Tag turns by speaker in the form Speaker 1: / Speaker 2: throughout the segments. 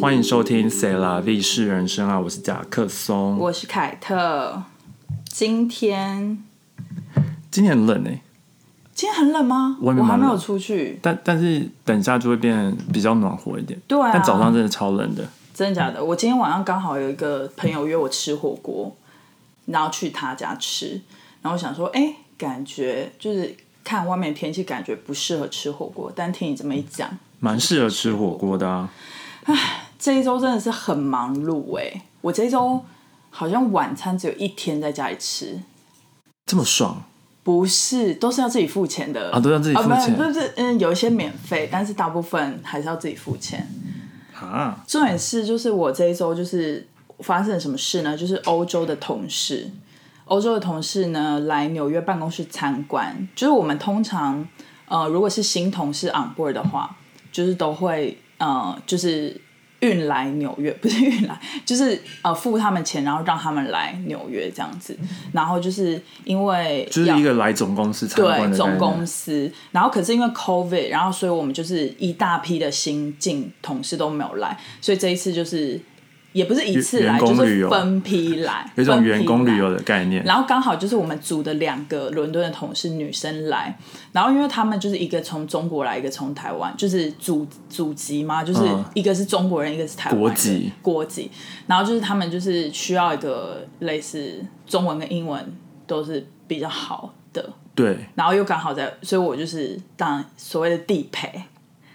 Speaker 1: 欢迎收听《谁啦 V 是人生》啊，我是贾克松。
Speaker 2: 我是凯特。今天
Speaker 1: 今年很冷哎、
Speaker 2: 今天很冷吗？
Speaker 1: 外面
Speaker 2: 我还
Speaker 1: 蛮
Speaker 2: 没有
Speaker 1: 冷
Speaker 2: 出去。
Speaker 1: 但但是等一下就会变比较暖和一点。
Speaker 2: 对啊
Speaker 1: 但早上真的超冷的。
Speaker 2: 真的假的？我今天晚上刚好有一个朋友约我吃火锅，然后去他家吃，然后我想说，哎、感觉就是看外面天气，感觉不适合吃火锅，但听你这么一讲，
Speaker 1: 蛮适合吃火锅的啊！
Speaker 2: 这一周真的是很忙碌哎、我这一周好像晚餐只有一天在家里吃，
Speaker 1: 这么爽，
Speaker 2: 不是都是要自己付钱的
Speaker 1: 啊都要自己付钱
Speaker 2: 啊不是不是嗯，有一些免费，但是大部分还是要自己付钱。
Speaker 1: 啊！
Speaker 2: 重点是，就是我这一周就是发生了什么事呢？就是欧洲的同事，欧洲的同事呢来纽约办公室参观。就是我们通常，呃，如果是新同事 on board 的话，就是都会呃，就是运来纽约，不是运来， 就是呃付他们钱，然后让他们来纽约这样子。然后就是因为
Speaker 1: 就是
Speaker 2: 要
Speaker 1: 一个来总公司参观
Speaker 2: 对
Speaker 1: 的概
Speaker 2: 总
Speaker 1: 念
Speaker 2: 公司，然后可是因为 COVID，然后所以我们就是一大批的新进同事都没有来，所以这一次就是也不是一次
Speaker 1: 员
Speaker 2: 来，
Speaker 1: 员工
Speaker 2: 就
Speaker 1: 旅
Speaker 2: 是
Speaker 1: 游
Speaker 2: 分批来，
Speaker 1: 有一种
Speaker 2: 分批
Speaker 1: 员工旅
Speaker 2: 来
Speaker 1: 游的概念。
Speaker 2: 然后刚好就是我们组的两个伦敦的同事女生来，然后因为他们就是一个从中国来，一个从台湾，就是祖祖籍嘛，就是
Speaker 1: 嗯
Speaker 2: 一个是中国人，一个是台湾人
Speaker 1: 国籍
Speaker 2: 国籍，然后就是他们就是需要一个类似中文跟英文都是比较好的，
Speaker 1: 对，
Speaker 2: 然后又刚好在，所以我就是当所谓的地陪，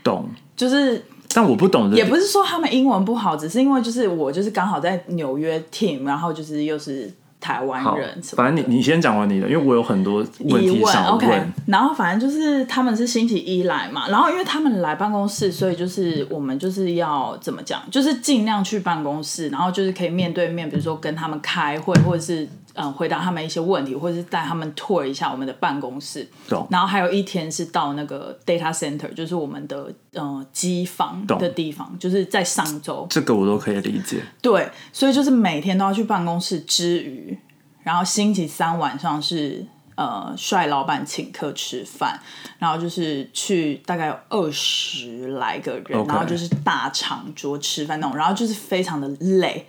Speaker 1: 懂。
Speaker 2: 就是
Speaker 1: 但我不懂的
Speaker 2: 也不是说他们英文不好，只是因为就是我就是刚好在纽约 team，然后就是又是台湾
Speaker 1: 好
Speaker 2: 人什么的，
Speaker 1: 反正你你先讲完你的，因为我有很多问
Speaker 2: 疑
Speaker 1: 题
Speaker 2: 问
Speaker 1: 想
Speaker 2: OK，
Speaker 1: 问。
Speaker 2: 然后反正就是他们是星期一来嘛，然后因为他们来办公室，所以就是我们就是要怎么讲，就是尽量去办公室，然后就是可以面对面，比如说跟他们开会，或者是嗯回答他们一些问题，或者是带他们 tour 一下我们的办公室。
Speaker 1: 懂
Speaker 2: 然后还有一天是到那个 data center，就是我们的呃机房
Speaker 1: 懂
Speaker 2: 的地方，就是在上周。
Speaker 1: 这个我都可以理解。
Speaker 2: 对，所以就是每天都要去办公室之余，然后星期三晚上是呃帅老板请客吃饭，然后就是去大概有二十来个人
Speaker 1: OK
Speaker 2: 然后就是大长桌吃饭那种，然后就是非常的累。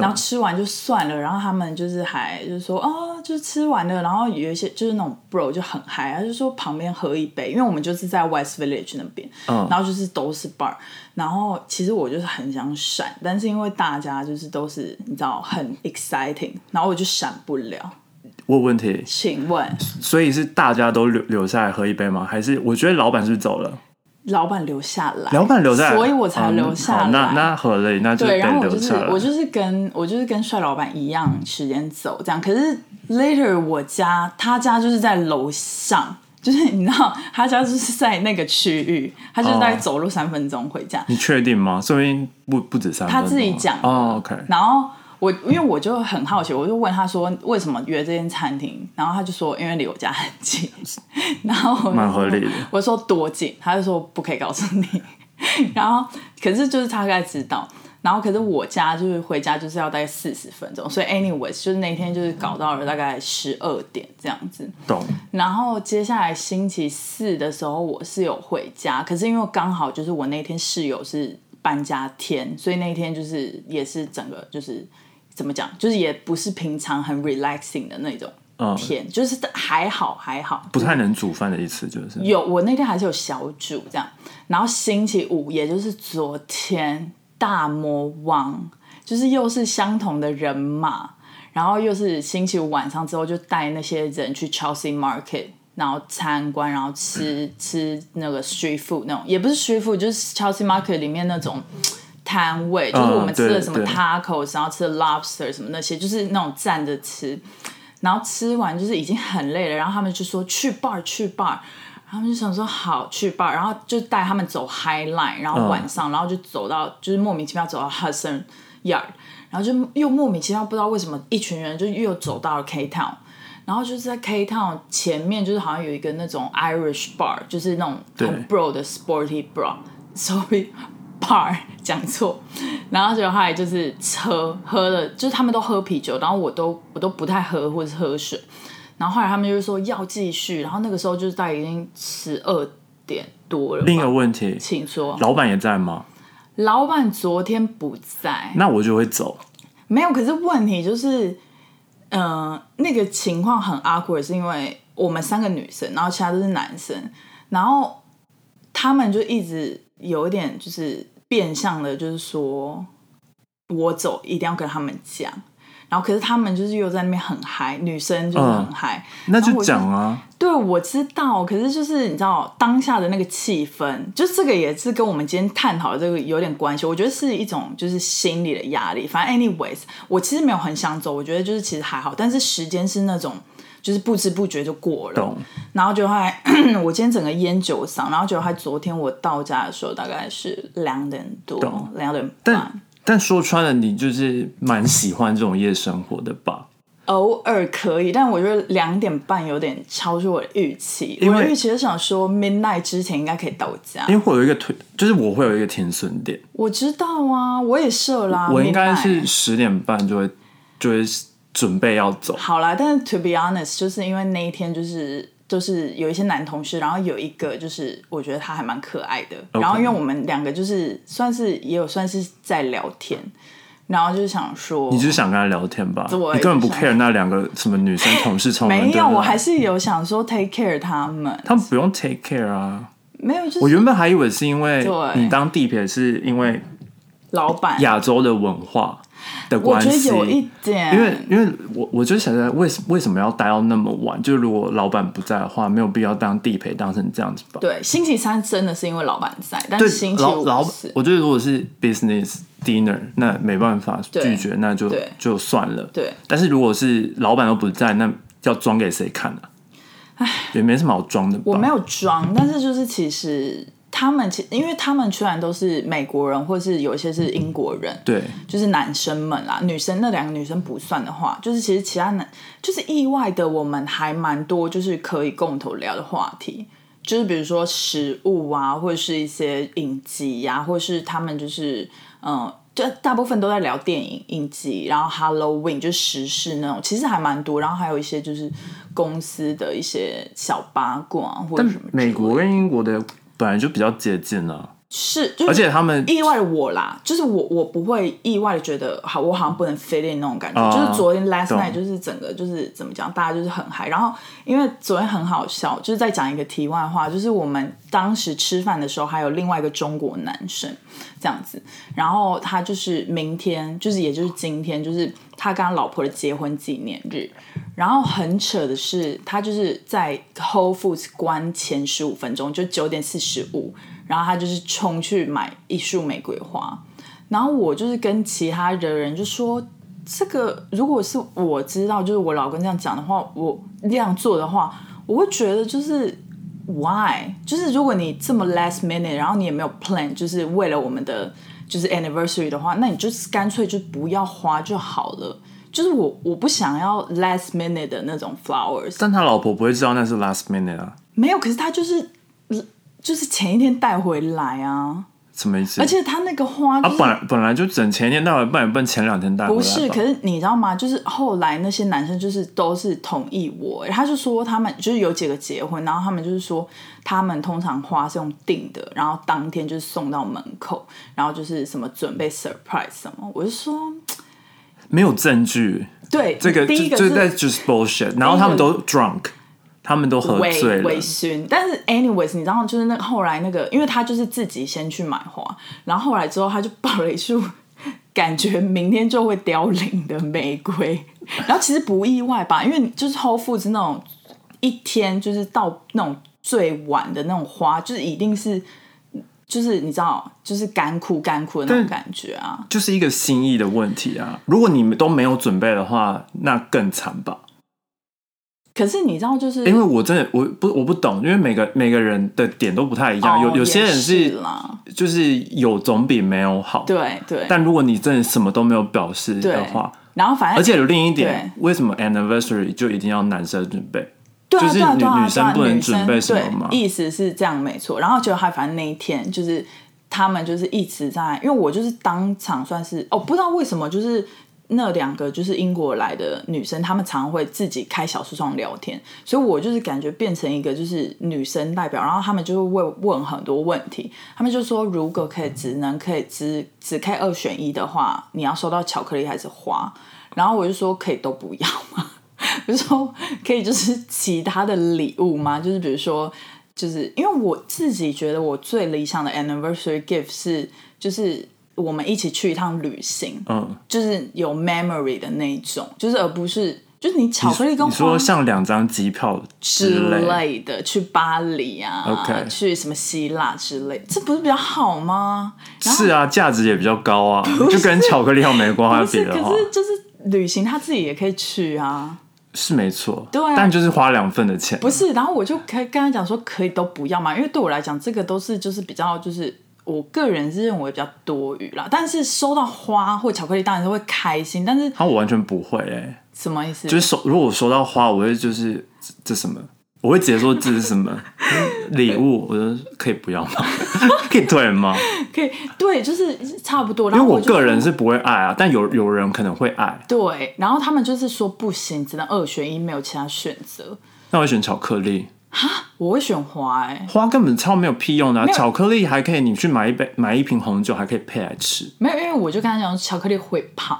Speaker 2: 然后吃完就算了，然后他们就是还就是说哦，就是吃完了，然后有一些就是那种 bro 就很嗨，他就说旁边喝一杯，因为我们就是在 West Village 那边，
Speaker 1: 嗯
Speaker 2: 然后就是都是 bar，然后其实我就是很想闪，但是因为大家就是都是你知道很 exciting，然后我就闪不了。
Speaker 1: 我有问题，
Speaker 2: 请问
Speaker 1: 所以是大家都留留下来喝一杯吗？还是我觉得老板是不是走了？
Speaker 2: 老板留下来，
Speaker 1: 老板留下来，
Speaker 2: 所以我才留下
Speaker 1: 嗯
Speaker 2: 来。
Speaker 1: 好那那合理，那就
Speaker 2: 对，
Speaker 1: 被
Speaker 2: 然后我
Speaker 1: 留
Speaker 2: 就是
Speaker 1: 下来。嗯
Speaker 2: 我就是跟我就是跟帅老板一样时间走这样，可是 later 我家他家就是在楼上，就是你知道他家就是在那个区域，他就是大概
Speaker 1: 哦
Speaker 2: 走路三分钟回家，
Speaker 1: 你确定吗？说明不不止三分钟。
Speaker 2: 他自己讲的
Speaker 1: 哦，OK，
Speaker 2: 然后我因为我就很好奇，我就问他说为什么约这间餐厅，然后他就说因为离我家很 近，然后我就
Speaker 1: 蛮合理的
Speaker 2: 我说多近，他就说不可以告诉你。 然后可是就是他大概知道，然后可是我家就是回家就是要大概四十分钟，所以 anyways 就是那天就是搞到了大概十二点这样子。
Speaker 1: 懂。
Speaker 2: 然后接下来星期四的时候，我是有回家，可是因为刚好就是我那天室友是搬家天，所以那天就是也是整个就是怎么讲，就是也不是平常很 relaxing 的那种
Speaker 1: 嗯
Speaker 2: 天，就是还好还好，
Speaker 1: 不太能煮饭的意思就是，
Speaker 2: 有，我那天还是有小煮这样。然后星期五，也就是昨天，大魔王就是又是相同的人马，然后又是星期五晚上之后就带那些人去 Chelsea Market。然后参观，然后
Speaker 1: 嗯
Speaker 2: 吃吃那个 street food 那种，也不是 street food，就是 Chelsea Market 里面那种摊位，就是我们吃
Speaker 1: 对
Speaker 2: 的什么
Speaker 1: 啊对
Speaker 2: tacos，然后吃的 lobster 什么那些，就是那种站着吃。然后吃完就是已经很累了，然后他们就说去 bar 去 bar，他们就想说好去 bar，然后就带他们走 High Line，然后晚
Speaker 1: 嗯
Speaker 2: 上，然后就走到就是莫名其妙走到 Hudson Yard，然后就又莫名其妙不知道为什么一群人就又走到了 K Town，然后就是在 K Town 前面就是好像有一个那种 Irish bar，就是那种很 bro 的 sporty bra，sorry bar 讲错，然后就后来就是车喝了，就是他们都喝啤酒，然后我都我都不太喝或是喝水，然后后来他们就是说要继续，然后那个时候就是大概已经十二点多了吧，
Speaker 1: 另一个问题，
Speaker 2: 请说，
Speaker 1: 老板也在吗？
Speaker 2: 老板昨天不在，
Speaker 1: 那我就会走。
Speaker 2: 没有。可是问题就是，呃，那个情况很 awkward，是因为我们三个女生，然后其他都是男生，然后他们就一直有一点就是变相的，就是说我走一定要跟他们讲。然后，可是他们就是又在那边很嗨，女生就是很
Speaker 1: 嗯
Speaker 2: 嗨、
Speaker 1: 那
Speaker 2: 然后
Speaker 1: 就
Speaker 2: 我
Speaker 1: 讲啊，
Speaker 2: 对，我知道，可是就是你知道当下的那个气氛，就这个也是跟我们今天探讨的这个有点关系。我觉得是一种就是心理的压力。反正 anyways，我其实没有很想走，我觉得就是其实还好，但是时间是那种就是不知不觉就过了。
Speaker 1: 懂？
Speaker 2: 然后就还 我今天整个烟酒嗓，然后就还昨天我到家的时候大概是两点多
Speaker 1: 懂，
Speaker 2: 两点半。
Speaker 1: 但但说穿了，你就是蛮喜欢这种夜生活的吧？
Speaker 2: 偶尔可以，但我觉得两点半有点超出我的预期。
Speaker 1: 因
Speaker 2: 我
Speaker 1: 为
Speaker 2: 的预期是想说 midnight 之前应该可以到家，
Speaker 1: 因为会有一个推，就是我会有一个停损点，
Speaker 2: 我知道啊，我也设啦。
Speaker 1: 我应该是
Speaker 2: midnight
Speaker 1: 十点半就会就会准备要走。
Speaker 2: 好啦，但是 to be honest，就是因为那一天就是就是有一些男同事，然后有一个就是我觉得他还蛮可爱的
Speaker 1: OK
Speaker 2: 然后因为我们两个就是算是也有算是在聊天，然后就是想说，
Speaker 1: 你就是想跟他聊天吧？
Speaker 2: 对
Speaker 1: 你根本不
Speaker 2: 就想
Speaker 1: care 那两个什么女生同 事从
Speaker 2: 没有，我还
Speaker 1: 是
Speaker 2: 是有想说 take care 他们，
Speaker 1: 他们不用 take care 啊。
Speaker 2: 没有就
Speaker 1: 我
Speaker 2: 是
Speaker 1: 原本还以为是因为
Speaker 2: 对
Speaker 1: 你当地铁是因为
Speaker 2: 老板，
Speaker 1: 亚洲的文化的
Speaker 2: 我
Speaker 1: 关
Speaker 2: 觉得
Speaker 1: 系，
Speaker 2: 有一点，
Speaker 1: 因为因为我我就想在为什为什么要待到那么晚？就如果老板不在的话，没有必要当地陪当成这样子吧。
Speaker 2: 对星期三真的是因为老板在，但
Speaker 1: 对
Speaker 2: 星期
Speaker 1: 老
Speaker 2: 五
Speaker 1: 老
Speaker 2: 不是，
Speaker 1: 我觉得如果是 business dinner，那没办法
Speaker 2: 对
Speaker 1: 拒绝，那就
Speaker 2: 对
Speaker 1: 就算了。
Speaker 2: 对。
Speaker 1: 但是如果是老板都不在，那要装给谁看啊？也没什么好装的吧。
Speaker 2: 我没有装，但是就是其实他们其因为他们虽然都是美国人，或是有一些是英国人，
Speaker 1: 对，
Speaker 2: 就是男生们啦，女生那两个女生不算的话，就是其实其他男就是意外的，我们还蛮多就是可以共同聊的话题。就是比如说食物啊，或者是一些影集呀、或者是他们就是嗯，就大部分都在聊电影、影集，然后 Halloween 就时事那种，其实还蛮多。然后还有一些就是公司的一些小八卦啊或者
Speaker 1: 但
Speaker 2: 什么之类的。
Speaker 1: 美国跟英国的本来就比较接近啊，
Speaker 2: 是，就是
Speaker 1: 而且他们
Speaker 2: 意外的我啦，就是我我不会意外的觉得好，我好像不能 fit in 那种感觉。
Speaker 1: 啊
Speaker 2: 就是昨天 last
Speaker 1: 懂
Speaker 2: night 就是整个就是怎么讲，大家就是很嗨。然后因为昨天很好笑，就是在讲一个题外话，就是我们当时吃饭的时候还有另外一个中国男生这样子，然后他就是明天就是也就是今天就是他跟他老婆的结婚纪念日。然后很扯的是，他就是在 Whole Foods 关前十五分钟，就九点四十五，然后他就是冲去买一束玫瑰花。然后我就是跟其他的人就说，这个如果是我知道，就是我老公这样讲的话，我那样做的话，我会觉得就是 why？就是如果你这么 last minute，然后你也没有 plan，就是为了我们的就是 anniversary 的话，那你就是干脆就不要花就好了。就是我我不想要 last minute 的那种 flowers，
Speaker 1: 但他老婆不会知道那是 last minute 啊，
Speaker 2: 没有，可是他就是就是前一天带回来啊，
Speaker 1: 什么意思？
Speaker 2: 而且他那个花
Speaker 1: 啊
Speaker 2: 就，是、
Speaker 1: 本来本来就整前一天带回来，不然不然前两天带回来
Speaker 2: 不
Speaker 1: 吧。
Speaker 2: 是，可是你知道吗？就是后来那些男生就是都是同意我，他就说他们就是有几个结婚，然后他们就是说他们通常花是用订的，然后当天就是送到门口，然后就是什么准备 surprise 什么，我就说
Speaker 1: 没有证据，
Speaker 2: 对，
Speaker 1: 这个
Speaker 2: 第一
Speaker 1: 就
Speaker 2: 个
Speaker 1: 就是在就是 bullshit，然后他们都 drunk，他们都喝呃醉
Speaker 2: 微
Speaker 1: 了
Speaker 2: 微，醺，但是 anyways，你知道，就是那个后来那个，因为他就是自己先去买花，然后后来之后他就抱了一束感觉明天就会凋零的玫瑰， 然后其实不意外吧，因为就是 Whole Foods 那种一天就是到那种最晚的那种花，就是一定是。就是你知道，就是干枯干枯的那种
Speaker 1: 对
Speaker 2: 感觉啊！
Speaker 1: 就是一个心意的问题啊。如果你们都没有准备的话，那更惨吧。
Speaker 2: 可是你知道，就是
Speaker 1: 因为我真的我不我不懂，因为每个每个人的点都不太一样，
Speaker 2: 哦
Speaker 1: 有有些人
Speaker 2: 也
Speaker 1: 是
Speaker 2: 是啦，
Speaker 1: 就是有总比没有好。
Speaker 2: 对对，
Speaker 1: 但如果你真的什么都没有表示的
Speaker 2: 对
Speaker 1: 话，
Speaker 2: 然后反正
Speaker 1: 而且有另一点，为什么 anniversary 就一定要男生准备？
Speaker 2: 对啊，
Speaker 1: 就是
Speaker 2: 对啊
Speaker 1: 女
Speaker 2: 对啊
Speaker 1: 女生
Speaker 2: 对啊
Speaker 1: 不能
Speaker 2: 女
Speaker 1: 准备什么吗
Speaker 2: 对意思是这样没错。然后就还反正那一天就是他们就是一直在，因为我就是当场算是哦，不知道为什么就是那两个就是英国来的女生，她们常会自己开小书窗聊天，所以我就是感觉变成一个就是女生代表，然后她们就会问问很多问题，她们就说如果可以只能可以只只可以二选一的话，你要收到巧克力还是花？然后我就说可以都不要吗？ 我就说可以就是其他的礼物吗？就是比如说。就是因为我自己觉得我最理想的 anniversary gift 是，就是我们一起去一趟旅行，
Speaker 1: 嗯，
Speaker 2: 就是有 memory 的那一种，就是而不是就是你巧克力跟
Speaker 1: 你
Speaker 2: 花
Speaker 1: 说像两张机票之
Speaker 2: 之
Speaker 1: 类，
Speaker 2: 类的，去巴黎啊
Speaker 1: OK
Speaker 2: 去什么希腊之类，这不是比较好吗？然后
Speaker 1: 是啊，价值也比较高 啊，就跟巧克力要没关
Speaker 2: 不
Speaker 1: 系
Speaker 2: 是，
Speaker 1: 的
Speaker 2: 可
Speaker 1: 话
Speaker 2: 是就是旅行他自己也可以去啊。
Speaker 1: 是没错，
Speaker 2: 对啊
Speaker 1: 但就是花两份的钱，
Speaker 2: 不是，然后我就可以跟他讲说可以都不要嘛，因为对我来讲，这个都是就是比较就是我个人是认为比较多余啦。但是收到花或巧克力当然是会开心，但是
Speaker 1: 啊，我完全不会哎、
Speaker 2: 什么意思？
Speaker 1: 就是收如果我收到花，我会就是这这什么，我会直接说这是什么嗯礼物，我就可以不要吗？可以退吗？
Speaker 2: 可以对，就是差不多。
Speaker 1: 因
Speaker 2: 然
Speaker 1: 为
Speaker 2: 后
Speaker 1: 我
Speaker 2: 就
Speaker 1: 个人是不会爱啊，但有有人可能会爱，
Speaker 2: 对，然后他们就是说不行，只能二选一，没有其他选择。
Speaker 1: 那我会选巧克力。
Speaker 2: 我会选花、欸，
Speaker 1: 花根本超没有屁用的、啊，
Speaker 2: 有
Speaker 1: 巧克力还可以，你去买一杯买一瓶红酒，还可以配来吃。
Speaker 2: 没有，因为我就跟他讲说巧克力会胖，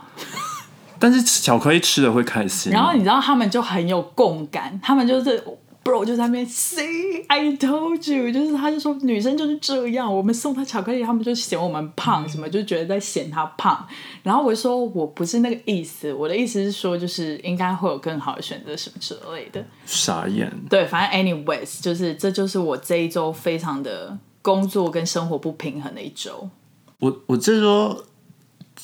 Speaker 1: 但是吃巧克力吃的会开心，
Speaker 2: 然后你知道他们就很有共感，他们就是 bro 就在那边 see I told you，就是他就说女生就是这样，我们送她巧克力，他们就嫌我们胖，什么就觉得在嫌她胖。然后我就说我不是那个意思，我的意思是说就是应该会有更好的选择什么之类的。
Speaker 1: 傻眼。
Speaker 2: 对，反正 anyways，就是这就是我这一周非常的工作跟生活不平衡的一周。
Speaker 1: 我我这周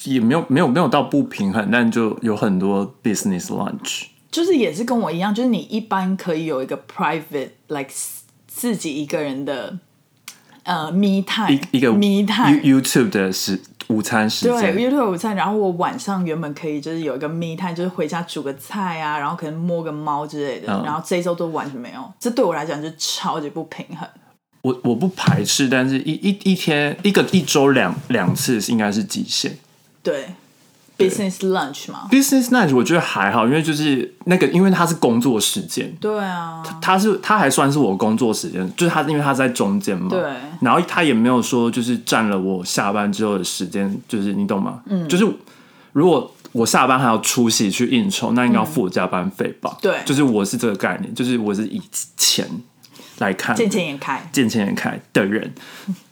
Speaker 1: 也没有没有没有到不平衡，但就有很多 business lunch。
Speaker 2: 就是也是跟我一样，就是你一般可以有一个 private like 自自己一个人的呃 me time，
Speaker 1: 一一个
Speaker 2: me time。
Speaker 1: You, YouTube 的时午餐时
Speaker 2: 对，
Speaker 1: 间，
Speaker 2: 约会午餐，然后我晚上原本可以就是有一个 me time，就是回家煮个菜啊，然后可能摸个猫之类的，
Speaker 1: 嗯
Speaker 2: 然后这一周都完全没有，这对我来讲就超级不平衡。
Speaker 1: 我我不排斥，但是一一一天一个一周两两次应该是极限。
Speaker 2: 对，business lunch 嘛，
Speaker 1: Business lunch 我觉得还好，因为就是那个，因为它是工作时间，
Speaker 2: 对啊，
Speaker 1: 它是它还算是我工作时间，就是它因为它在中间嘛，
Speaker 2: 对
Speaker 1: 然后它也没有说就是占了我下班之后的时间，就是你懂吗？嗯，就是如果我下班还要出席去应酬，那应该要付我加班费吧？
Speaker 2: 嗯对
Speaker 1: 就是我是这个概念，就是我是以钱来看的，
Speaker 2: 见钱眼开，
Speaker 1: 见钱眼开的 人，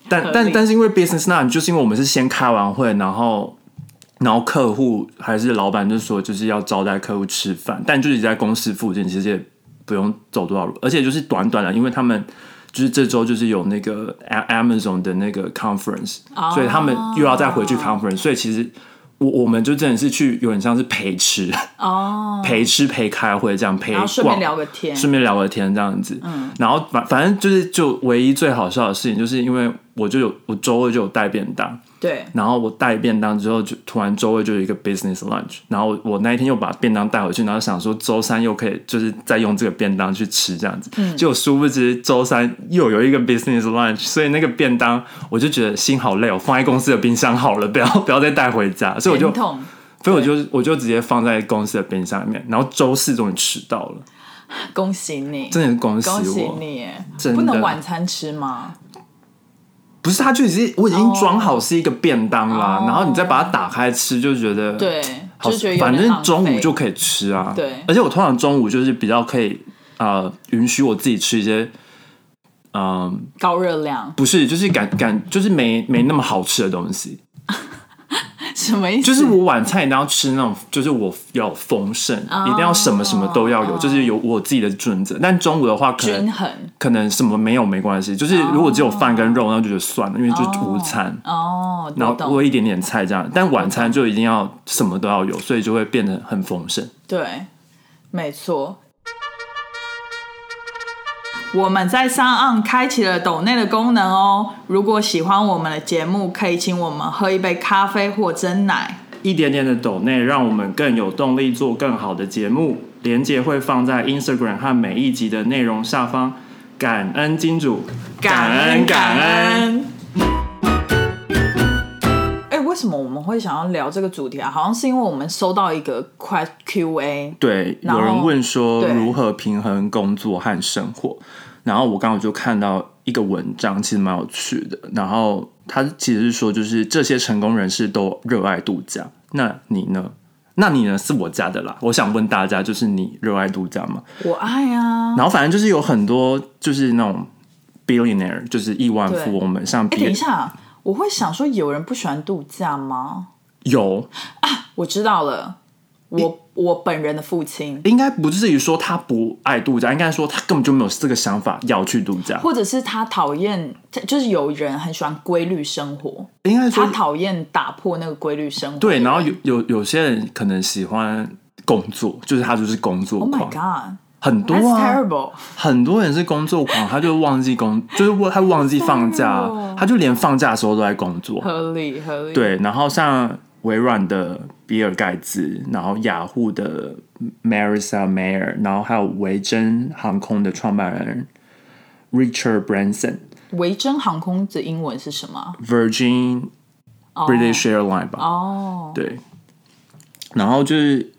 Speaker 1: 但
Speaker 2: 合理
Speaker 1: 但但是因为 business lunch，就是因为我们是先开完会，然后然后客户还是老板就说就是要招待客户吃饭，但就是在公司附近，其实也不用走多少路，而且就是短短啊的，因为他们。就是这周就是有那个 A- Amazon 的那个 conference，、所以他们又要再回去 conference，所以其实我我们就真的是去有点像是陪吃哦，陪吃陪开会这样陪
Speaker 2: 然后
Speaker 1: 逛，
Speaker 2: 顺便聊个天，
Speaker 1: 哎顺便聊个天这样子。嗯，然后反反正就是就唯一最好笑的事情，就是因为我就有我周二就有带便当，
Speaker 2: 对，
Speaker 1: 然后我带便当之后就突然周二就有一个 business lunch，然后我我那一天又把便当带回去，然后想说周三又可以就是再用这个便当去吃这样子，
Speaker 2: 嗯
Speaker 1: 结果殊不知周三又有一个 business lunch，所以那个便当我就觉得心好累，我放在公司的冰箱好了，不要 不要再带回家，所以我就
Speaker 2: 甜筒
Speaker 1: 所以我就我就直接放在公司的冰箱里面，然后周四终于吃到了，
Speaker 2: 恭喜你，
Speaker 1: 真的很恭喜我，
Speaker 2: 恭喜你耶！
Speaker 1: 真的
Speaker 2: 不能晚餐吃吗？
Speaker 1: 不是，它就已经我已经装好是一个便当啦，然后你再把它打开吃，就觉得
Speaker 2: 哦对，
Speaker 1: 嗯好
Speaker 2: 就觉得有
Speaker 1: 反
Speaker 2: 点浪
Speaker 1: 正
Speaker 2: 费
Speaker 1: 中午就可以吃啊。
Speaker 2: 对
Speaker 1: 而且我通常中午就是比较可以呃允许我自己吃一些，嗯、
Speaker 2: 高热量，
Speaker 1: 不是，就是感感就是没没那么好吃的东西。
Speaker 2: 什么意思？
Speaker 1: 就是我晚餐一定要吃那种，就是我要丰盛，
Speaker 2: 哦
Speaker 1: 一定要什么什么都要有，就是有我自己的准则。但中午的话，可能
Speaker 2: 均哦衡
Speaker 1: 可能什么没有没关系，就是如果只有饭跟肉，那就觉得算了，因为就是午餐。
Speaker 2: 哦，
Speaker 1: 然
Speaker 2: 我
Speaker 1: 后
Speaker 2: 懂。
Speaker 1: 多一点点菜这样，但晚餐就一定要什么都要有，所以就会变得很丰盛。
Speaker 2: 对，没错。我们在上岸开启了抖内的功能哦。如果喜欢我们的节目，可以请我们喝一杯咖啡或蒸奶。
Speaker 1: 一点点的抖内，让我们更有动力做更好的节目。连接会放在 Instagram 和每一集的内容下方。感恩金主，
Speaker 2: 感恩，感恩。哎、为什什么我们会想要聊这个主题啊？好像是因为我们收到一个快 Q&A，
Speaker 1: 对，
Speaker 2: 然
Speaker 1: 有人
Speaker 2: 后
Speaker 1: 问说
Speaker 2: 对
Speaker 1: 如何平衡工作和生活，然后我刚好就看到一个文章，其实蛮有趣的。然后他其实是说，就是这些成功人士都热爱度假，那你呢？那你呢？是我家的啦。我想问大家，就是你热爱度假吗？
Speaker 2: 我爱啊。
Speaker 1: 然后反正就是有很多就是那种 billionaire，就是亿万富翁们，像
Speaker 2: 哎，等
Speaker 1: 比
Speaker 2: 一下，我会想说，有人不喜欢度假吗？
Speaker 1: 有
Speaker 2: 我知道了，我我本人的父亲，
Speaker 1: 应该不至于说他不爱度假，应该说他根本就没有这个想法要去度假，
Speaker 2: 或者是他讨厌，他就是有人很喜欢规律生活，
Speaker 1: 应该说
Speaker 2: 他讨厌打破那个规律生活。
Speaker 1: 对，然后有有有些人可能喜欢工作，就是他就是工作
Speaker 2: Oh
Speaker 1: 狂
Speaker 2: my god,
Speaker 1: 很多
Speaker 2: that's
Speaker 1: 啊，
Speaker 2: terrible！
Speaker 1: 很多人是工作狂，他就忘记工，就是他忘记放假
Speaker 2: terrible，
Speaker 1: 他就连放假的时候都在工作。
Speaker 2: 合理合理。
Speaker 1: 对，然后像微软的比尔盖茨，然后雅虎的 Marissa Mayer，然后还有维珍航空的创办人 Richard Branson，Virgin
Speaker 2: 维珍航空的英文是什么？哦
Speaker 1: British Airline 吧，
Speaker 2: 哦，
Speaker 1: 对，然后就是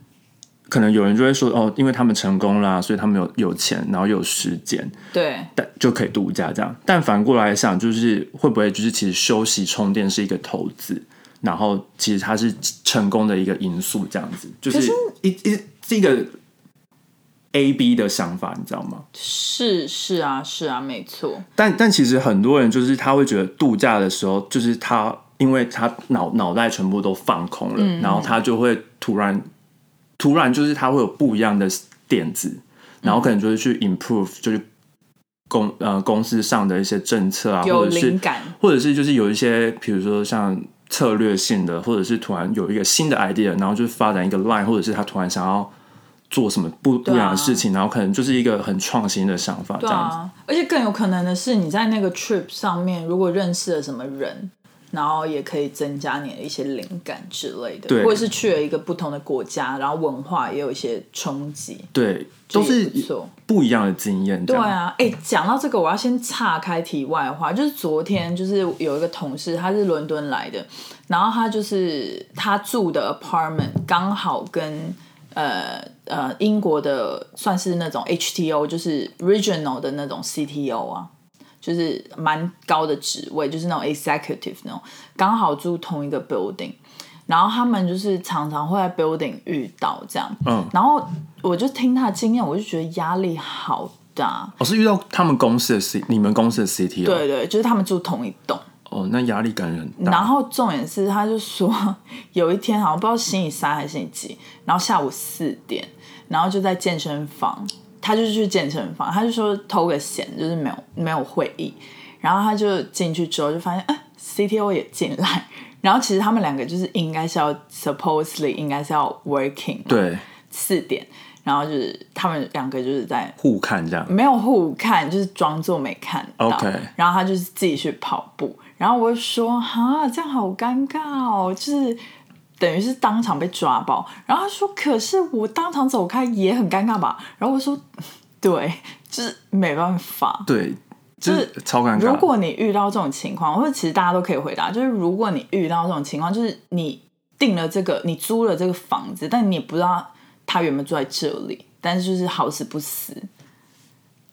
Speaker 1: 可能有人就会说哦，因为他们成功啦，所以他们有有钱，然后有时间，
Speaker 2: 对，
Speaker 1: 但就可以度假这样。但反过来想，就是会不会就是其实休息充电是一个投资，然后其实它是成功的一个因素，这样子就是
Speaker 2: 可是
Speaker 1: 一一这个 A B 的想法，你知道吗？
Speaker 2: 是是啊是啊，没错。
Speaker 1: 但但其实很多人就是他会觉得度假的时候，就是他因为他脑脑袋全部都放空了，
Speaker 2: 嗯
Speaker 1: 然后他就会突然突然就是他会有不一样的点子，然后可能就是去 improve 就是公呃公司上的一些政策啊，
Speaker 2: 有
Speaker 1: 或者是
Speaker 2: 灵感，
Speaker 1: 或者是就是有一些比如说像策略性的，或者是突然有一个新的 idea，然后就发展一个 line，或者是他突然想要。做什么不不
Speaker 2: 对啊
Speaker 1: 一样的事情，然后可能就是一个很创新的想法，这
Speaker 2: 对
Speaker 1: 样子。
Speaker 2: 啊，而且更有可能的是，你在那个 trip 上面，如果认识了什么人，然后也可以增加你的一些灵感之类的，
Speaker 1: 对
Speaker 2: 或者是去了一个不同的国家，然后文化也有一些冲击，
Speaker 1: 对，都
Speaker 2: 这也
Speaker 1: 是
Speaker 2: 不错。
Speaker 1: 不一样的经验。这
Speaker 2: 对
Speaker 1: 样，
Speaker 2: 啊，哎、讲到这个，我要先岔开题外话，就是昨天就是有一个同事，他是伦敦来的，然后他就是他住的 apartment 刚好跟呃呃英国的算是那种 HTO，就是 regional 的那种 CTO 啊，就是蛮高的职位，就是那种 executive 那种，刚好住同一个 building。然后他们就是常常会在 building 遇到这样，
Speaker 1: 嗯
Speaker 2: 然后我就听他的经验，我就觉得压力好大。
Speaker 1: 我、哦是遇到他们公司的 C，你们公司的 CT 哦，
Speaker 2: 对对，就是他们住同一栋。
Speaker 1: 哦，那压力感很
Speaker 2: 然
Speaker 1: 大。
Speaker 2: 后重点是，他就说有一天好像不知道星期三还是星期几，然后下午四点，然后就在健身房，他就去健身房，他就说偷个闲，就是没有没有会议，然后他就进去之后就发现，哎、c t o 也进来，然后其实他们两个就是应该是要 supposedly 应该是要 working 嘛
Speaker 1: 对，
Speaker 2: 四点，然后就是他们两个就是在
Speaker 1: 互看这样。
Speaker 2: 没有互看，就是装作没看到。
Speaker 1: OK
Speaker 2: 然后他就是自己去跑步，然后我就说哈，这样好尴尬哦，就是等于是当场被抓包。然后他说，可是我当场走开也很尴尬吧？然后我说，对，就是没办法。
Speaker 1: 对，就是
Speaker 2: 就是
Speaker 1: 超尴尬。
Speaker 2: 如果你遇到这种情况，或者其实大家都可以回答，就是如果你遇到这种情况，就是你订了这个，你租了这个房子，但你也不知道他原本住在这里，但是就是好死不死，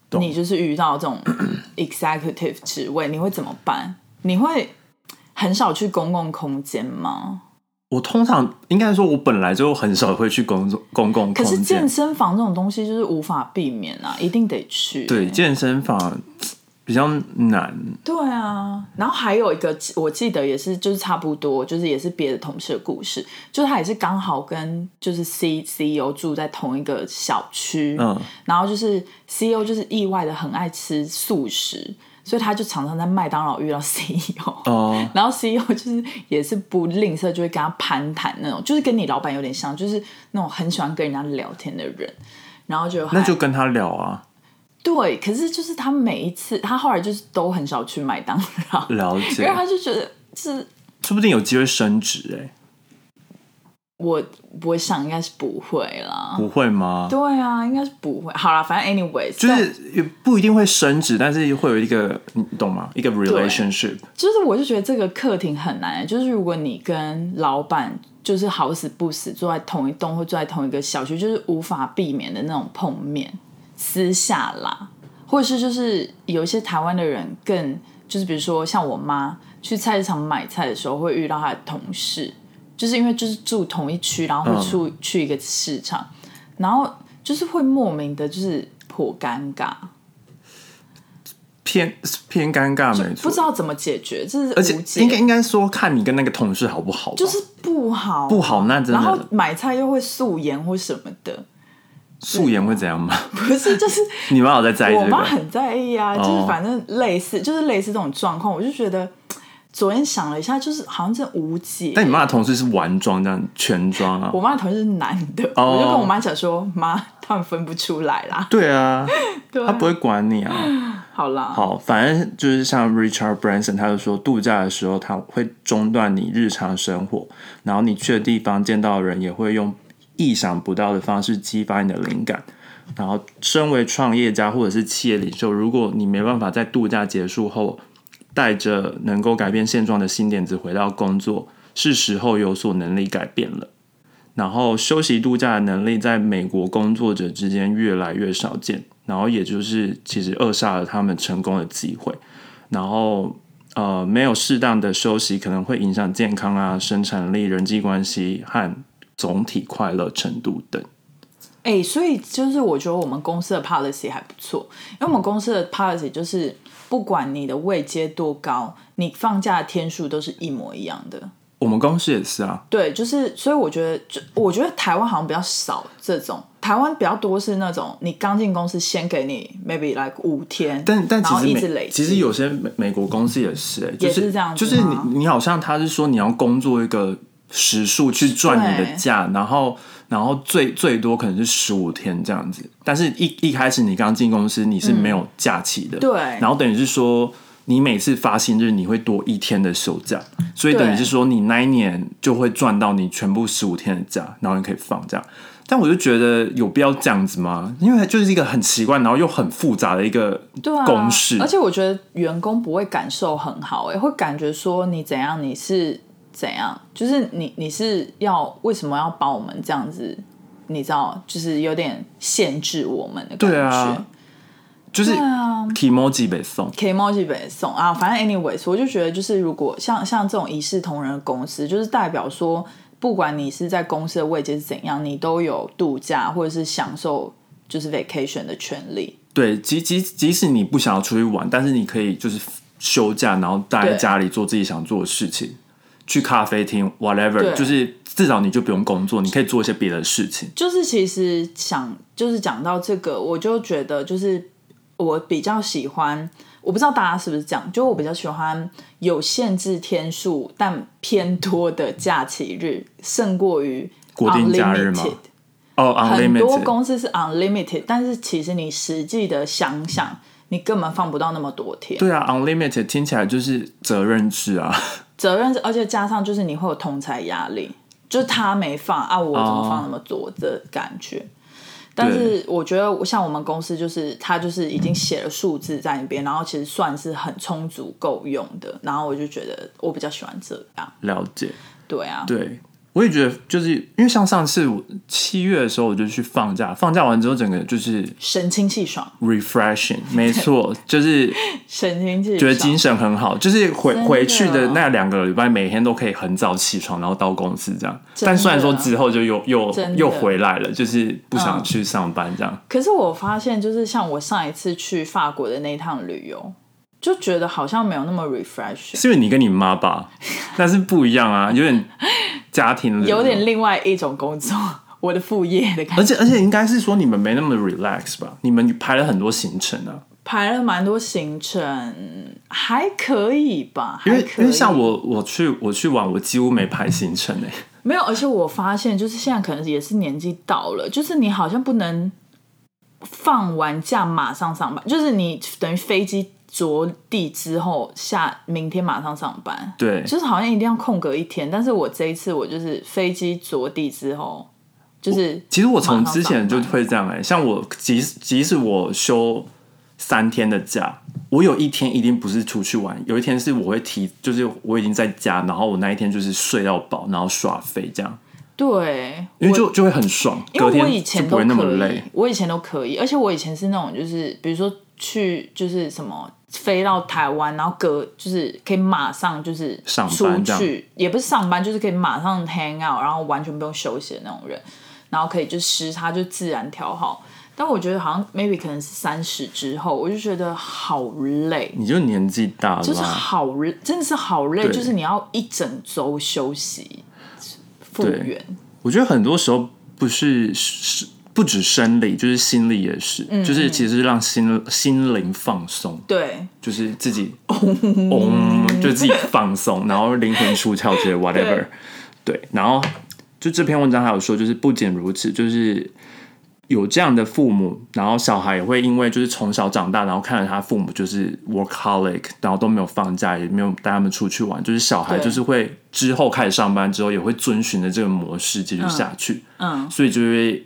Speaker 1: 懂
Speaker 2: 你就是遇到 这种 executive 职位，你会怎么办？你会很少去公共空间吗？
Speaker 1: 我通常应该说，我本来就很少会去公众公共
Speaker 2: 可是
Speaker 1: 空
Speaker 2: 健
Speaker 1: 间。
Speaker 2: 身房这种东西就是无法避免啊，一定得去、
Speaker 1: 对，健身房比较难。
Speaker 2: 对啊，然后还有一个，我记得也是，就是差不多，就是也是别的同事的故事，就是他也是刚好跟就是 C C E O 住在同一个小区，
Speaker 1: 嗯，
Speaker 2: 然后就是 C E O 就是意外的很爱吃素食，所以他就常常在麦当劳遇到 C E O，、
Speaker 1: 哦，
Speaker 2: 然后 C E O 就是也是不吝啬，就会跟他攀谈那种，就是跟你老板有点像，就是那种很喜欢跟人家聊天的人，然后就
Speaker 1: 那
Speaker 2: 还
Speaker 1: 就跟他聊啊，
Speaker 2: 对，可是就是他每一次，他后来就是都很少去麦当劳。
Speaker 1: 了
Speaker 2: 因
Speaker 1: 解
Speaker 2: 为，他就觉得是
Speaker 1: 欸说不定有机会升职哎、
Speaker 2: 我我想应该是不会啦。
Speaker 1: 不会吗？
Speaker 2: 嗯对啊，应该是不会。好啦，反正 anyways，
Speaker 1: 就
Speaker 2: 但
Speaker 1: 是也不一定会升职，但是会有一个，你懂吗？一个 relationship，
Speaker 2: 就是我就觉得这个课题很难，就是如果你跟老板就是好死不死坐在同一栋或坐在同一个小区，就是无法避免的那种碰面，私下啦，或者是就是有一些台湾的人更就是比如说像我妈去菜市场买菜的时候会遇到她的同事，就是因为就是住同一区，然
Speaker 1: 嗯
Speaker 2: 后会出、去一个市场，然后就是会莫名的就是颇尴尬，
Speaker 1: 偏偏尴尬，没
Speaker 2: 不
Speaker 1: 错
Speaker 2: 知。道怎么解决，这是
Speaker 1: 而
Speaker 2: 无
Speaker 1: 且
Speaker 2: 解
Speaker 1: 应该应该说，看你跟那个同事好不好吧，
Speaker 2: 就是不好
Speaker 1: 不好，那真
Speaker 2: 然后
Speaker 1: 的
Speaker 2: 买菜又会素颜或什么的，
Speaker 1: 素颜会怎样吗？
Speaker 2: 不是就是
Speaker 1: 你妈有在在意
Speaker 2: 我
Speaker 1: 这
Speaker 2: 妈
Speaker 1: 个？哦
Speaker 2: 很在意啊，就是反正类似就是类似这种状况，我就觉得昨天想了一下，就是好像真的无解。
Speaker 1: 但你妈的同事是完装这样全装啊
Speaker 2: 我？妈的同事是男的，
Speaker 1: 哦
Speaker 2: 我就跟我妈讲说，妈，他们分不出来啦。
Speaker 1: 对啊，
Speaker 2: 对
Speaker 1: 她
Speaker 2: 啊，
Speaker 1: 不会管你啊。
Speaker 2: 好啦，
Speaker 1: 好，反正就是像 Richard Branson，他就说度假的时候他会中断你日常生活，然后你去的地方见到的人也会用意想不到的方式激发你的灵感。然后，身为创业家或者是企业领袖，如果你没办法在度假结束后带着能够改变现状的新点子回到工作，是时候有所能力改变了。然后休息度假的能力在美国工作者之间越来越少见，然后也就是其实扼杀了他们成功的机会。然后呃，没有适当的休息可能会影响健康啊、生产力、人际关系和总体快乐程度等。
Speaker 2: 哎、所以就是我觉得我们公司的 policy 还不错，因为我们公司的 policy 就是不管你的位阶多高，你放假的天数都是一模一样的。
Speaker 1: 我们公司也是啊，
Speaker 2: 对，就是所以我觉得，就我觉得台湾好像比较少这种，台湾比较多是那种你刚进公司先给你 maybe like 五天，
Speaker 1: 但但其
Speaker 2: 然后
Speaker 1: 实
Speaker 2: 一直
Speaker 1: 美
Speaker 2: 累
Speaker 1: 其
Speaker 2: 积，
Speaker 1: 实有些美美国公司也是、欸，就
Speaker 2: 也
Speaker 1: 是
Speaker 2: 是这样子
Speaker 1: 就是
Speaker 2: 吗
Speaker 1: 你你好像他是说你要工作一个时数去赚你的
Speaker 2: 对
Speaker 1: 假，然后然后最最多可能是十五天这样子，但是一一开始你刚进公司你是没有假期的，
Speaker 2: 嗯对
Speaker 1: 然后等于是说。你每次发薪日，你会多一天的休假，所以等于
Speaker 2: 对
Speaker 1: 是说，你那一年就会赚到你全部十五天的假，然后你可以放假。但我就觉得有必要这样子吗？因为它就是一个很奇怪，然后又很复杂的一个
Speaker 2: 对啊，
Speaker 1: 公式，
Speaker 2: 而且我觉得员工不会感受很好、欸，哎，会感觉说你怎样，你是怎样，就是你你是要为什么要把我们这样子，你知道，就是有点限制我们的感觉。
Speaker 1: 对啊，就是
Speaker 2: 啊
Speaker 1: k i m o j i 北宋，
Speaker 2: K m o j i 北送啊，反正 anyways，我就觉得就是如果像像这种一视同仁的公司，就是代表说，不管你是在公司的位阶是怎样，你都有度假或者是享受就是 vacation 的权利。
Speaker 1: 对，即即即使你不想要出去玩，但是你可以就是休假，然后待在
Speaker 2: 对
Speaker 1: 家里做自己想做的事情，去咖啡厅，whatever，
Speaker 2: 对
Speaker 1: 就是至少你就不用工作，你可以做一些别的事情。
Speaker 2: 就是其实想就是讲到这个，我就觉得就是我比较喜欢，我不知道大家是不是这样，就我比较喜欢有限制天数但偏多的假期日，胜过于
Speaker 1: 国定假日吗
Speaker 2: unlimited
Speaker 1: 哦、u n l i
Speaker 2: 很
Speaker 1: m i t
Speaker 2: 多
Speaker 1: e d
Speaker 2: 公司是 unlimited，但是其实你实际的想想，你根本放不到那么多天。
Speaker 1: 对啊，unlimited 听起来就是责任制啊，
Speaker 2: 责任是，而且加上就是你会有同才压力，就是他没放啊，我怎么放那么多的感觉。但是我觉得，像我们公司就是他就是已经写了数字在那边，然后其实算是很充足够用的。然后我就觉得我比较喜欢这样，
Speaker 1: 了解。
Speaker 2: 对啊，
Speaker 1: 对，我也觉得，就是因为像上次我七月的时候，我就去放假，放假完之后，整个就是
Speaker 2: 神清气爽，
Speaker 1: refreshing，没 错，就是
Speaker 2: 神清气
Speaker 1: 觉得
Speaker 2: 爽
Speaker 1: 精。神很好，就是回
Speaker 2: 真的
Speaker 1: 回去的那两个礼拜，每天都可以很早起床，然后到公司这样。但虽然说之后就又又
Speaker 2: 真的嗯
Speaker 1: 又回来了，就是不想去上班这样。
Speaker 2: 可是我发现，就是像我上一次去法国的那一趟旅游，就觉得好像没有那么 refresh，
Speaker 1: 是因为你跟你妈吧，但是不一样 啊，有点家庭旅游
Speaker 2: 有点另外一种工作，我的副业的感
Speaker 1: 而
Speaker 2: 觉。
Speaker 1: 且而且应该是说你们没那么 relax 吧？你们排了很多行程啊，
Speaker 2: 排了蛮多行程，还可以吧？
Speaker 1: 因为
Speaker 2: 还可
Speaker 1: 因
Speaker 2: 以
Speaker 1: 为像我我去我去玩，我几乎没排行程欸诶、
Speaker 2: 没有，而且我发现就是现在可能也是年纪到了，就是你好像不能放完假马上上班，就是你等于飞机着地之后，下明天马上上班，
Speaker 1: 对，
Speaker 2: 就是好像一定要空格一天。但是我这一次我就是飞机着地之后，就是
Speaker 1: 其实我从之前就
Speaker 2: 马上上班
Speaker 1: 会这样哎、像我即使即使我休三天的假，我有一天一定不是出去玩，有一天是我会提，就是我已经在家，然后我那一天就是睡到饱，然后耍飞这样，
Speaker 2: 对，
Speaker 1: 因为
Speaker 2: 我
Speaker 1: 就就会很爽，
Speaker 2: 因
Speaker 1: 隔
Speaker 2: 为我以
Speaker 1: 天就
Speaker 2: 前
Speaker 1: 不
Speaker 2: 都
Speaker 1: 会那么
Speaker 2: 可以
Speaker 1: 累。，
Speaker 2: 我以前都可以，而且我以前是那种就是比如说去就是什么飞到台湾，然后隔就是可以马上就是
Speaker 1: 上班
Speaker 2: 出
Speaker 1: 这样
Speaker 2: 去，也不是上班，就是可以马上 hang out，然后完全不用休息的那种人，然后可以就时差就自然调好。但我觉得好像 maybe 可能是三十之后，我就觉得好累，
Speaker 1: 你就年纪大了，啊
Speaker 2: 就是好累，真的是好累，
Speaker 1: 对
Speaker 2: 就是你要一整周休息复
Speaker 1: 对
Speaker 2: 原。
Speaker 1: 我觉得很多时候不是是不止生理，就是心理也是，
Speaker 2: 嗯
Speaker 1: 就是其实让心心灵放松，
Speaker 2: 对，
Speaker 1: 就是自己嗡，就自己放松，然后灵魂出窍之类 whatever。对，然后就这篇文章还有说，就是不仅如此，就是有这样的父母，然后小孩也会因为就是从小长大，然后看着他父母就是 workaholic，然后都没有放假，也没有带他们出去玩，就是小孩
Speaker 2: 对
Speaker 1: 就是会之后开始上班之后，也会遵循着这个模式继续下去，
Speaker 2: 嗯，
Speaker 1: 所以就会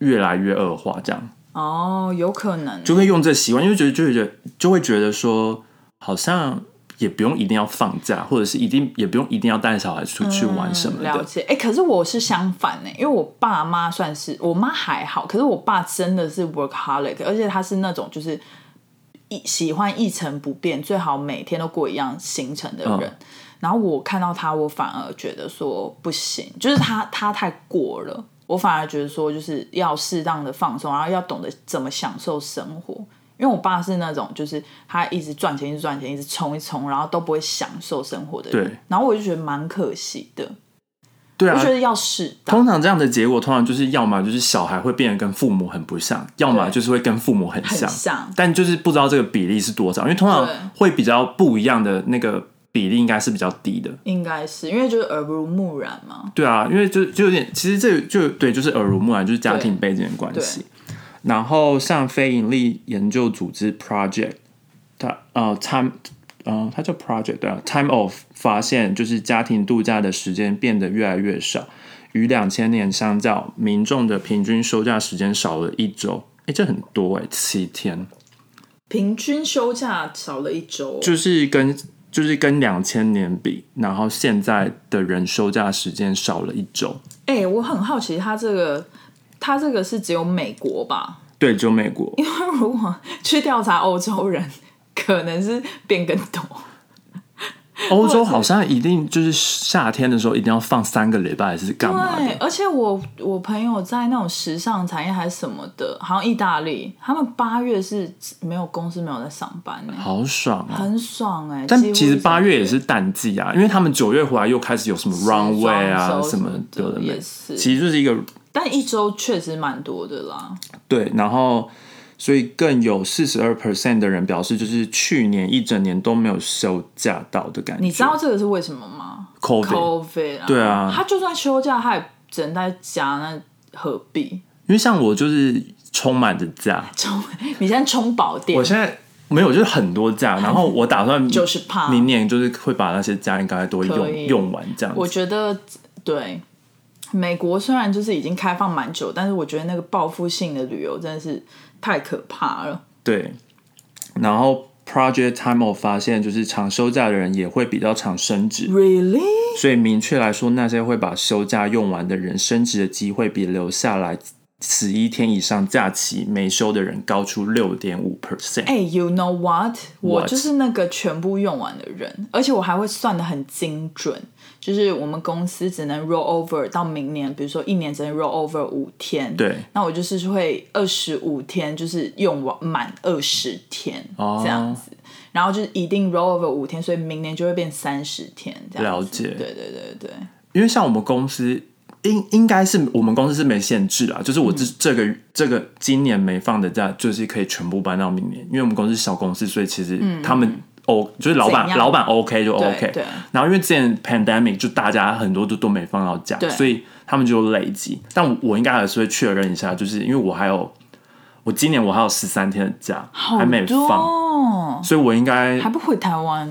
Speaker 1: 越来越恶化这样。
Speaker 2: 哦，有可能
Speaker 1: 就会用这习惯，因为觉得就会觉得就会觉得说，好像也不用一定要放假，或者是一定也不用一定要带小孩出去玩什么
Speaker 2: 了
Speaker 1: 的。
Speaker 2: 解，哎、可是我是相反欸呢、因为我爸妈算是我妈还好，可是我爸真的是 workaholic，而且他是那种就是一喜欢一成不变，最好每天都过一样行程的人。
Speaker 1: 嗯
Speaker 2: 然后我看到他，我反而觉得说不行，就是他他太过了，我反而觉得说就是要适当的放松，然后要懂得怎么享受生活。因为我爸是那种，就是他一直赚钱，一直赚钱，一直冲一冲，然后都不会享受生活的人。
Speaker 1: 对，
Speaker 2: 然后我就觉得蛮可惜的。
Speaker 1: 对
Speaker 2: 我
Speaker 1: 啊
Speaker 2: 觉，得要适当，
Speaker 1: 通常这样的结果，通常就是要么就是小孩会变得跟父母很不像，要么
Speaker 2: 对
Speaker 1: 就是会跟父母很像，
Speaker 2: 很像
Speaker 1: 但就是不知道这个比例是多少，因为通常
Speaker 2: 对
Speaker 1: 会比较不一样的那个比例应该是比较低的。
Speaker 2: 应该是因为就是耳濡目染嘛。
Speaker 1: 对啊，因为就就有点，其实这就对，就是耳濡目染，就是家庭背景的关系。然后像非盈利研究组织 Project，它呃 Time 呃它叫 Project 对啊，Time Off 发现就是家庭度假的时间变得越来越少，与两千年相较，民众的平均休假时间少了一周。哎，这很多哎、七天，
Speaker 2: 平均休假少了一周，
Speaker 1: 就是跟就是跟两千年比，然后现在的人休假时间少了一周。
Speaker 2: 哎、我很好奇，他这个他这个是只有美国吧？
Speaker 1: 对，只有美国。
Speaker 2: 因为如果去调查欧洲人，可能是变更多。
Speaker 1: 欧洲好像一定就是夏天的时候一定要放三个礼拜，还是干嘛
Speaker 2: 对，
Speaker 1: 的？
Speaker 2: 而且我我朋友在那种时尚产业还是什么的，好像意大利，他们八月是没有公司没有在上班呢、
Speaker 1: 好爽啊！
Speaker 2: 很爽哎、
Speaker 1: 但
Speaker 2: 几乎
Speaker 1: 其实
Speaker 2: 是
Speaker 1: 八月也是淡季啊，因为他们九月回来又开始有什么 runway 啊
Speaker 2: 装修
Speaker 1: 什么
Speaker 2: 什么
Speaker 1: 的
Speaker 2: 的
Speaker 1: 没
Speaker 2: 也，是
Speaker 1: 其实就是一个
Speaker 2: 但一周确实蛮多的啦。
Speaker 1: 对，然后所以更有四十二 percent 的人表示，就是去年一整年都没有休假到的感觉。
Speaker 2: 你知道这个是为什么吗
Speaker 1: COVID，
Speaker 2: ？COVID 啊，
Speaker 1: 对啊
Speaker 2: 他就算休假，他也只能在家，那何必？
Speaker 1: 因为像我就是充满着假，
Speaker 2: 充，你现在充饱电
Speaker 1: 我，现在没有，就是很多假，然后我打算
Speaker 2: 就是怕
Speaker 1: 明年就是会把那些假应该都
Speaker 2: 可
Speaker 1: 用
Speaker 2: 以
Speaker 1: 用完这样子。
Speaker 2: 我觉得对。美国虽然就是已经开放蛮久，但是我觉得那个报复性的旅游真的是太可怕了。
Speaker 1: 对，然后 Project Time Off 发现，就是常休假的人也会比较常升职，
Speaker 2: Really？
Speaker 1: 所以明确来说，那些会把休假用完的人，升职的机会比留下来十一天以上假期没休的人高出六点五 percent。
Speaker 2: 哎、y o u know what？我
Speaker 1: What？
Speaker 2: 就是那个全部用完的人，而且我还会算的很精准，就是我们公司只能 roll over 到明年，比如说一年只能 roll over 五天，
Speaker 1: 对，
Speaker 2: 那我就是会二十五天，就是用完满二十天、
Speaker 1: 哦
Speaker 2: 这样子，然后就是一定 roll over 五天，所以明年就会变三十天这样
Speaker 1: 了
Speaker 2: 子。
Speaker 1: 解
Speaker 2: 对对对对，
Speaker 1: 因为像我们公司。应应该是我们公司是没限制啦，就是我这、这个这个今年没放的假，就是可以全部搬到明年，因为我们公司是小公司，所以其实他们 O、就是老
Speaker 2: 嗯怎
Speaker 1: 板
Speaker 2: 样
Speaker 1: 老板 OK 就 OK，
Speaker 2: 对
Speaker 1: 然后因为之前 pandemic 就大家很多都都没放到假
Speaker 2: 对，
Speaker 1: 所以他们就累积。但我我应该还是会确认一下，就是因为我还有我今年我还有十三天的假，
Speaker 2: 好
Speaker 1: 还没
Speaker 2: 多
Speaker 1: 放，
Speaker 2: 哦
Speaker 1: 所以我应该
Speaker 2: 还不回台湾，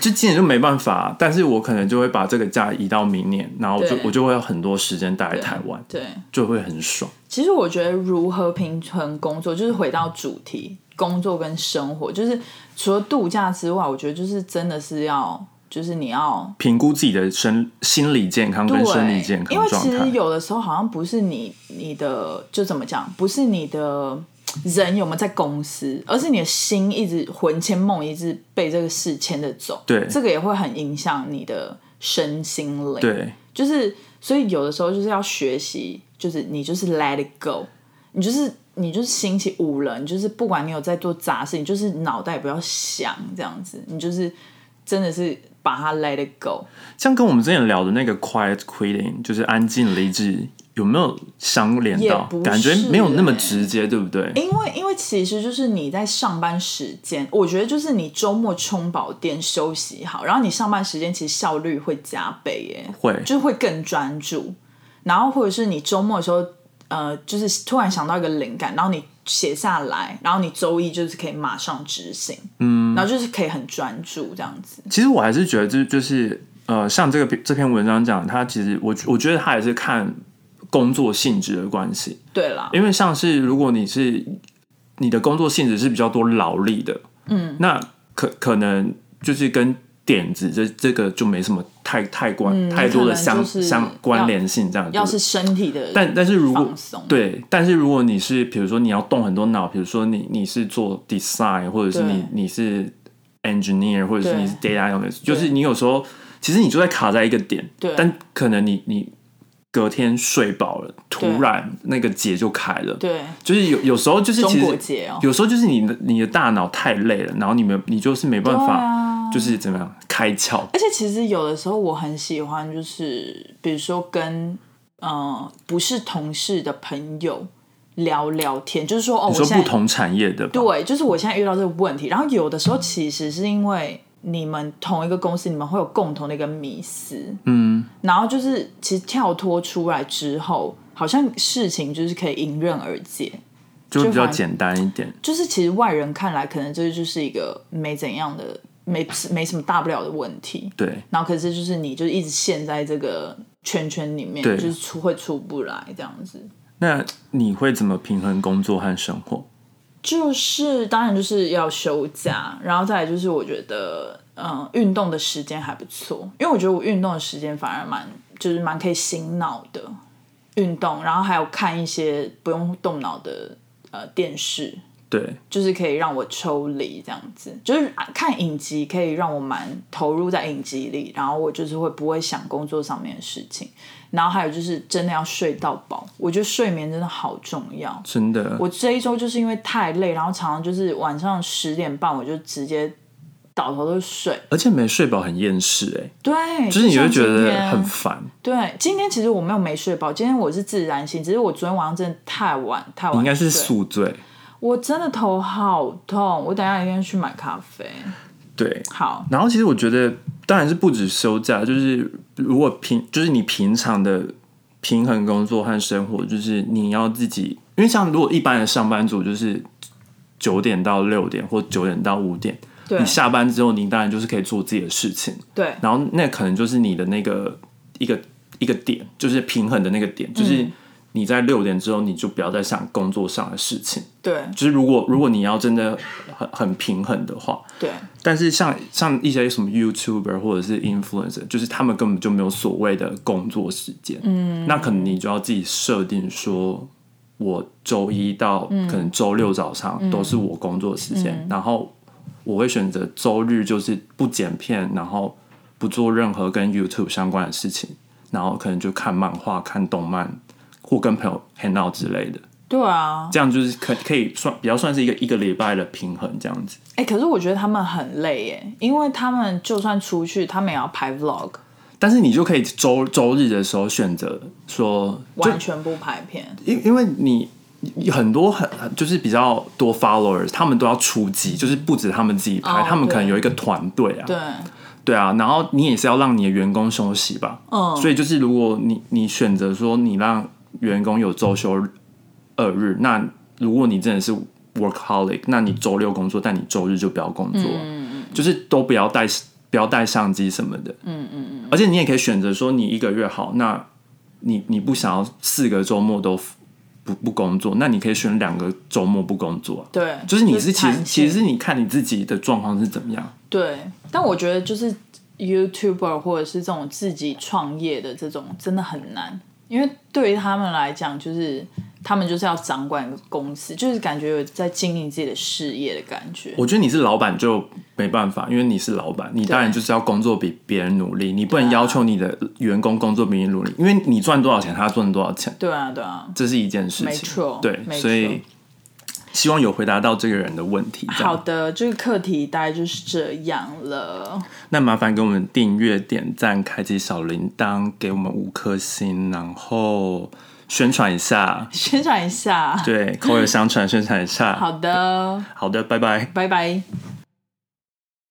Speaker 1: 就今年就没办法，但是我可能就会把这个假移到明年，然后我就
Speaker 2: 对
Speaker 1: 我就会有很多时间待在台湾，
Speaker 2: 对。
Speaker 1: 就会很爽。
Speaker 2: 其实我觉得如何平衡工作，就是回到主题，工作跟生活，就是除了度假之外，我觉得就是真的是要，就是你要
Speaker 1: 评估自己的身心理健康跟生理健
Speaker 2: 对，因
Speaker 1: 康
Speaker 2: 为
Speaker 1: 状
Speaker 2: 其实
Speaker 1: 态，
Speaker 2: 有的时候好像不是你你的就怎么讲，不是你的人有没有在公司，而是你的心一直魂牵梦一直被这个事牵着走，
Speaker 1: 对
Speaker 2: 这个也会很影响你的身心灵，
Speaker 1: 对
Speaker 2: 就是所以有的时候就是要学习，就是你就是 let it go，你就是你就是星期五了，你就是不管你有在做杂事，你就是脑袋不要想这样子，你就是真的是把它 let it go。
Speaker 1: 像跟我们之前聊的那个 quiet quitting，就是安静离职，有没有相连
Speaker 2: 也
Speaker 1: 到
Speaker 2: 不？
Speaker 1: 感觉
Speaker 2: 是
Speaker 1: 没有那么
Speaker 2: 欸
Speaker 1: 直接，对不对？
Speaker 2: 因为因为其实就是你在上班时间，我觉得就是你周末充饱电休息好，然后你上班时间其实效率会加倍耶，
Speaker 1: 会
Speaker 2: 就是会更专注。然后或者是你周末的时候，呃，就是突然想到一个灵感，然后你写下来，然后你周一就是可以马上执行，嗯，然后就是可以很专注这样子。
Speaker 1: 其实我还是觉得就，就是呃，像这个这篇文章讲，它其实我我觉得它也是看工作性质的关系，
Speaker 2: 对啦，
Speaker 1: 因为像是如果你是你的工作性质是比较多劳力的，嗯，那可可能就是跟点子这这个就没什么太太关、太多的
Speaker 2: 嗯可
Speaker 1: 相
Speaker 2: 能就是
Speaker 1: 相关
Speaker 2: 要
Speaker 1: 联性这样子。
Speaker 2: 要是身体的，
Speaker 1: 但但是如果
Speaker 2: 放松
Speaker 1: 对，但是如果你是比如说你要动很多脑，比如说你你是做 design，或者是你你是 engineer，或者是
Speaker 2: 对
Speaker 1: 你是 data analyst，就是你有时候其实你就在卡在一个点，
Speaker 2: 对
Speaker 1: 但可能你你隔天睡饱了，突然那个结就开了，
Speaker 2: 对
Speaker 1: 就是有有时候就是其
Speaker 2: 中国
Speaker 1: 实
Speaker 2: 节哦，
Speaker 1: 有时候就是你的你的大脑太累了，然后你们你就是没办
Speaker 2: 对
Speaker 1: 法，
Speaker 2: 啊
Speaker 1: 就是怎么样开窍，
Speaker 2: 而且其实有的时候我很喜欢，就是比如说跟呃不是同事的朋友聊聊天，就是说哦，
Speaker 1: 你
Speaker 2: 我
Speaker 1: 说
Speaker 2: 现
Speaker 1: 不
Speaker 2: 在
Speaker 1: 同产业的吧
Speaker 2: 对，就是我现在遇到这个问题，然后有的时候其实是因为你们同一个公司，你们会有共同的一个迷思，嗯，然后就是其实跳脱出来之后，好像事情就是可以迎刃而解，
Speaker 1: 就会比
Speaker 2: 就
Speaker 1: 较
Speaker 2: 反
Speaker 1: 简单一点。
Speaker 2: 就是其实外人看来可能这就是一个没怎样的。没没什么大不了的问题，
Speaker 1: 对，
Speaker 2: 然后可是就是你就一直陷在这个圈圈里面，
Speaker 1: 对
Speaker 2: 就是出会出不来这样子。
Speaker 1: 那你会怎么平衡工作和生活？
Speaker 2: 就是当然就是要休假，然后再来就是我觉得，嗯，运动的时间还不错，因为我觉得我运动的时间反而蛮就是蛮可以醒脑的运动，然后还有看一些不用动脑的呃电视，
Speaker 1: 对，
Speaker 2: 就是可以让我抽离这样子，就是啊看影集可以让我蛮投入在影集里，然后我就是会不会想工作上面的事情，然后还有就是真的要睡到饱，我觉得睡眠真的好重要。
Speaker 1: 真的，
Speaker 2: 我这一周就是因为太累，然后常常就是晚上十点半我就直接倒头就睡，
Speaker 1: 而且没睡饱很厌世哎、
Speaker 2: 对，
Speaker 1: 就是你
Speaker 2: 就
Speaker 1: 会
Speaker 2: 像
Speaker 1: 觉
Speaker 2: 今
Speaker 1: 得
Speaker 2: 天
Speaker 1: 很烦。
Speaker 2: 对。今天其实我没有没睡饱，今天我是自然醒，只是我昨天晚上真的太晚太晚
Speaker 1: 你应
Speaker 2: 睡，
Speaker 1: 该是宿醉，
Speaker 2: 我真的头好痛，我等一下一定去买咖啡。
Speaker 1: 对。
Speaker 2: 好，
Speaker 1: 然后其实我觉得，当然是不止休假，就是如果平，就是你平常的平衡工作和生活，就是你要自己，因为像如果一般的上班族，就是九点到六点或九点到五点，
Speaker 2: 对
Speaker 1: 你下班之后，你当然就是可以做自己的事情。
Speaker 2: 对
Speaker 1: 然后那可能就是你的那个一个一个点，就是平衡的那个点，就是你在六点之后，你就不要再想工作上的事情。
Speaker 2: 对
Speaker 1: 就是如果如果你要真的很很平衡的话，
Speaker 2: 对
Speaker 1: 但是像像一些什么 YouTuber 或者是 influencer，就是他们根本就没有所谓的工作时间，嗯，那可能你就要自己设定说。我周一到可能周六早上都是我工作时间，然后我会选择周日就是不剪片，然后不做任何跟 YouTube 相关的事情，然后可能就看漫画、看动漫或跟朋友 hang out 之类的。
Speaker 2: 对啊！
Speaker 1: 这样就是可可以算比较算是一个一个礼拜的平衡这样子。
Speaker 2: 哎、可是我觉得他们很累耶，因为他们就算出去，他们也要拍 vlog，
Speaker 1: 但是你就可以周周日的时候选择说，就
Speaker 2: 完全不拍片。
Speaker 1: 因因为你很多很就是比较多 followers，他们都要出击，就是不止他们自己拍，
Speaker 2: 哦
Speaker 1: 他们可能
Speaker 2: 对
Speaker 1: 有一个团队啊，
Speaker 2: 对
Speaker 1: 对啊，然后你也是要让你的员工休息吧，
Speaker 2: 嗯
Speaker 1: 所以就是如果你你选择说你让员工有周休二日，那如果你真的是 workaholic，那你周六工作，但你周日就不要工作，就是都不要带不要带相机什么的。嗯嗯嗯。而且你也可以选择说，你一个月好，那你你不想要四个周末都不不工作，那你可以选两个周末不工作啊、
Speaker 2: 对，
Speaker 1: 就是你是其
Speaker 2: 弹
Speaker 1: 实
Speaker 2: 性
Speaker 1: 其实是你看你自己的状况是怎么样。
Speaker 2: 对，但我觉得就是 YouTuber 或者是这种自己创业的这种真的很难，因为对于他们来讲，就是他们就是要掌管一个公司，就是感觉有在经营自己的事业的感觉。
Speaker 1: 我觉得你是老板就没办法，因为你是老板，你当然就是要工作比别人努力，你不
Speaker 2: 啊
Speaker 1: 能要求你的员工工作比你努力，因为你赚多少钱，他赚多少钱，
Speaker 2: 对啊，对啊，
Speaker 1: 这是一件事情。
Speaker 2: 没错
Speaker 1: 对，
Speaker 2: 没错
Speaker 1: 所以希望有回答到这个人的问题。这
Speaker 2: 好
Speaker 1: 样，
Speaker 2: 的，这个课题大概就是这样了。
Speaker 1: 那麻烦给我们订阅、点赞、开启小铃铛，给我们五颗星，然后宣传一下，
Speaker 2: 宣传一下，
Speaker 1: 对，口耳相传宣传一下。
Speaker 2: 好的，
Speaker 1: 好的，拜拜。
Speaker 2: 拜拜。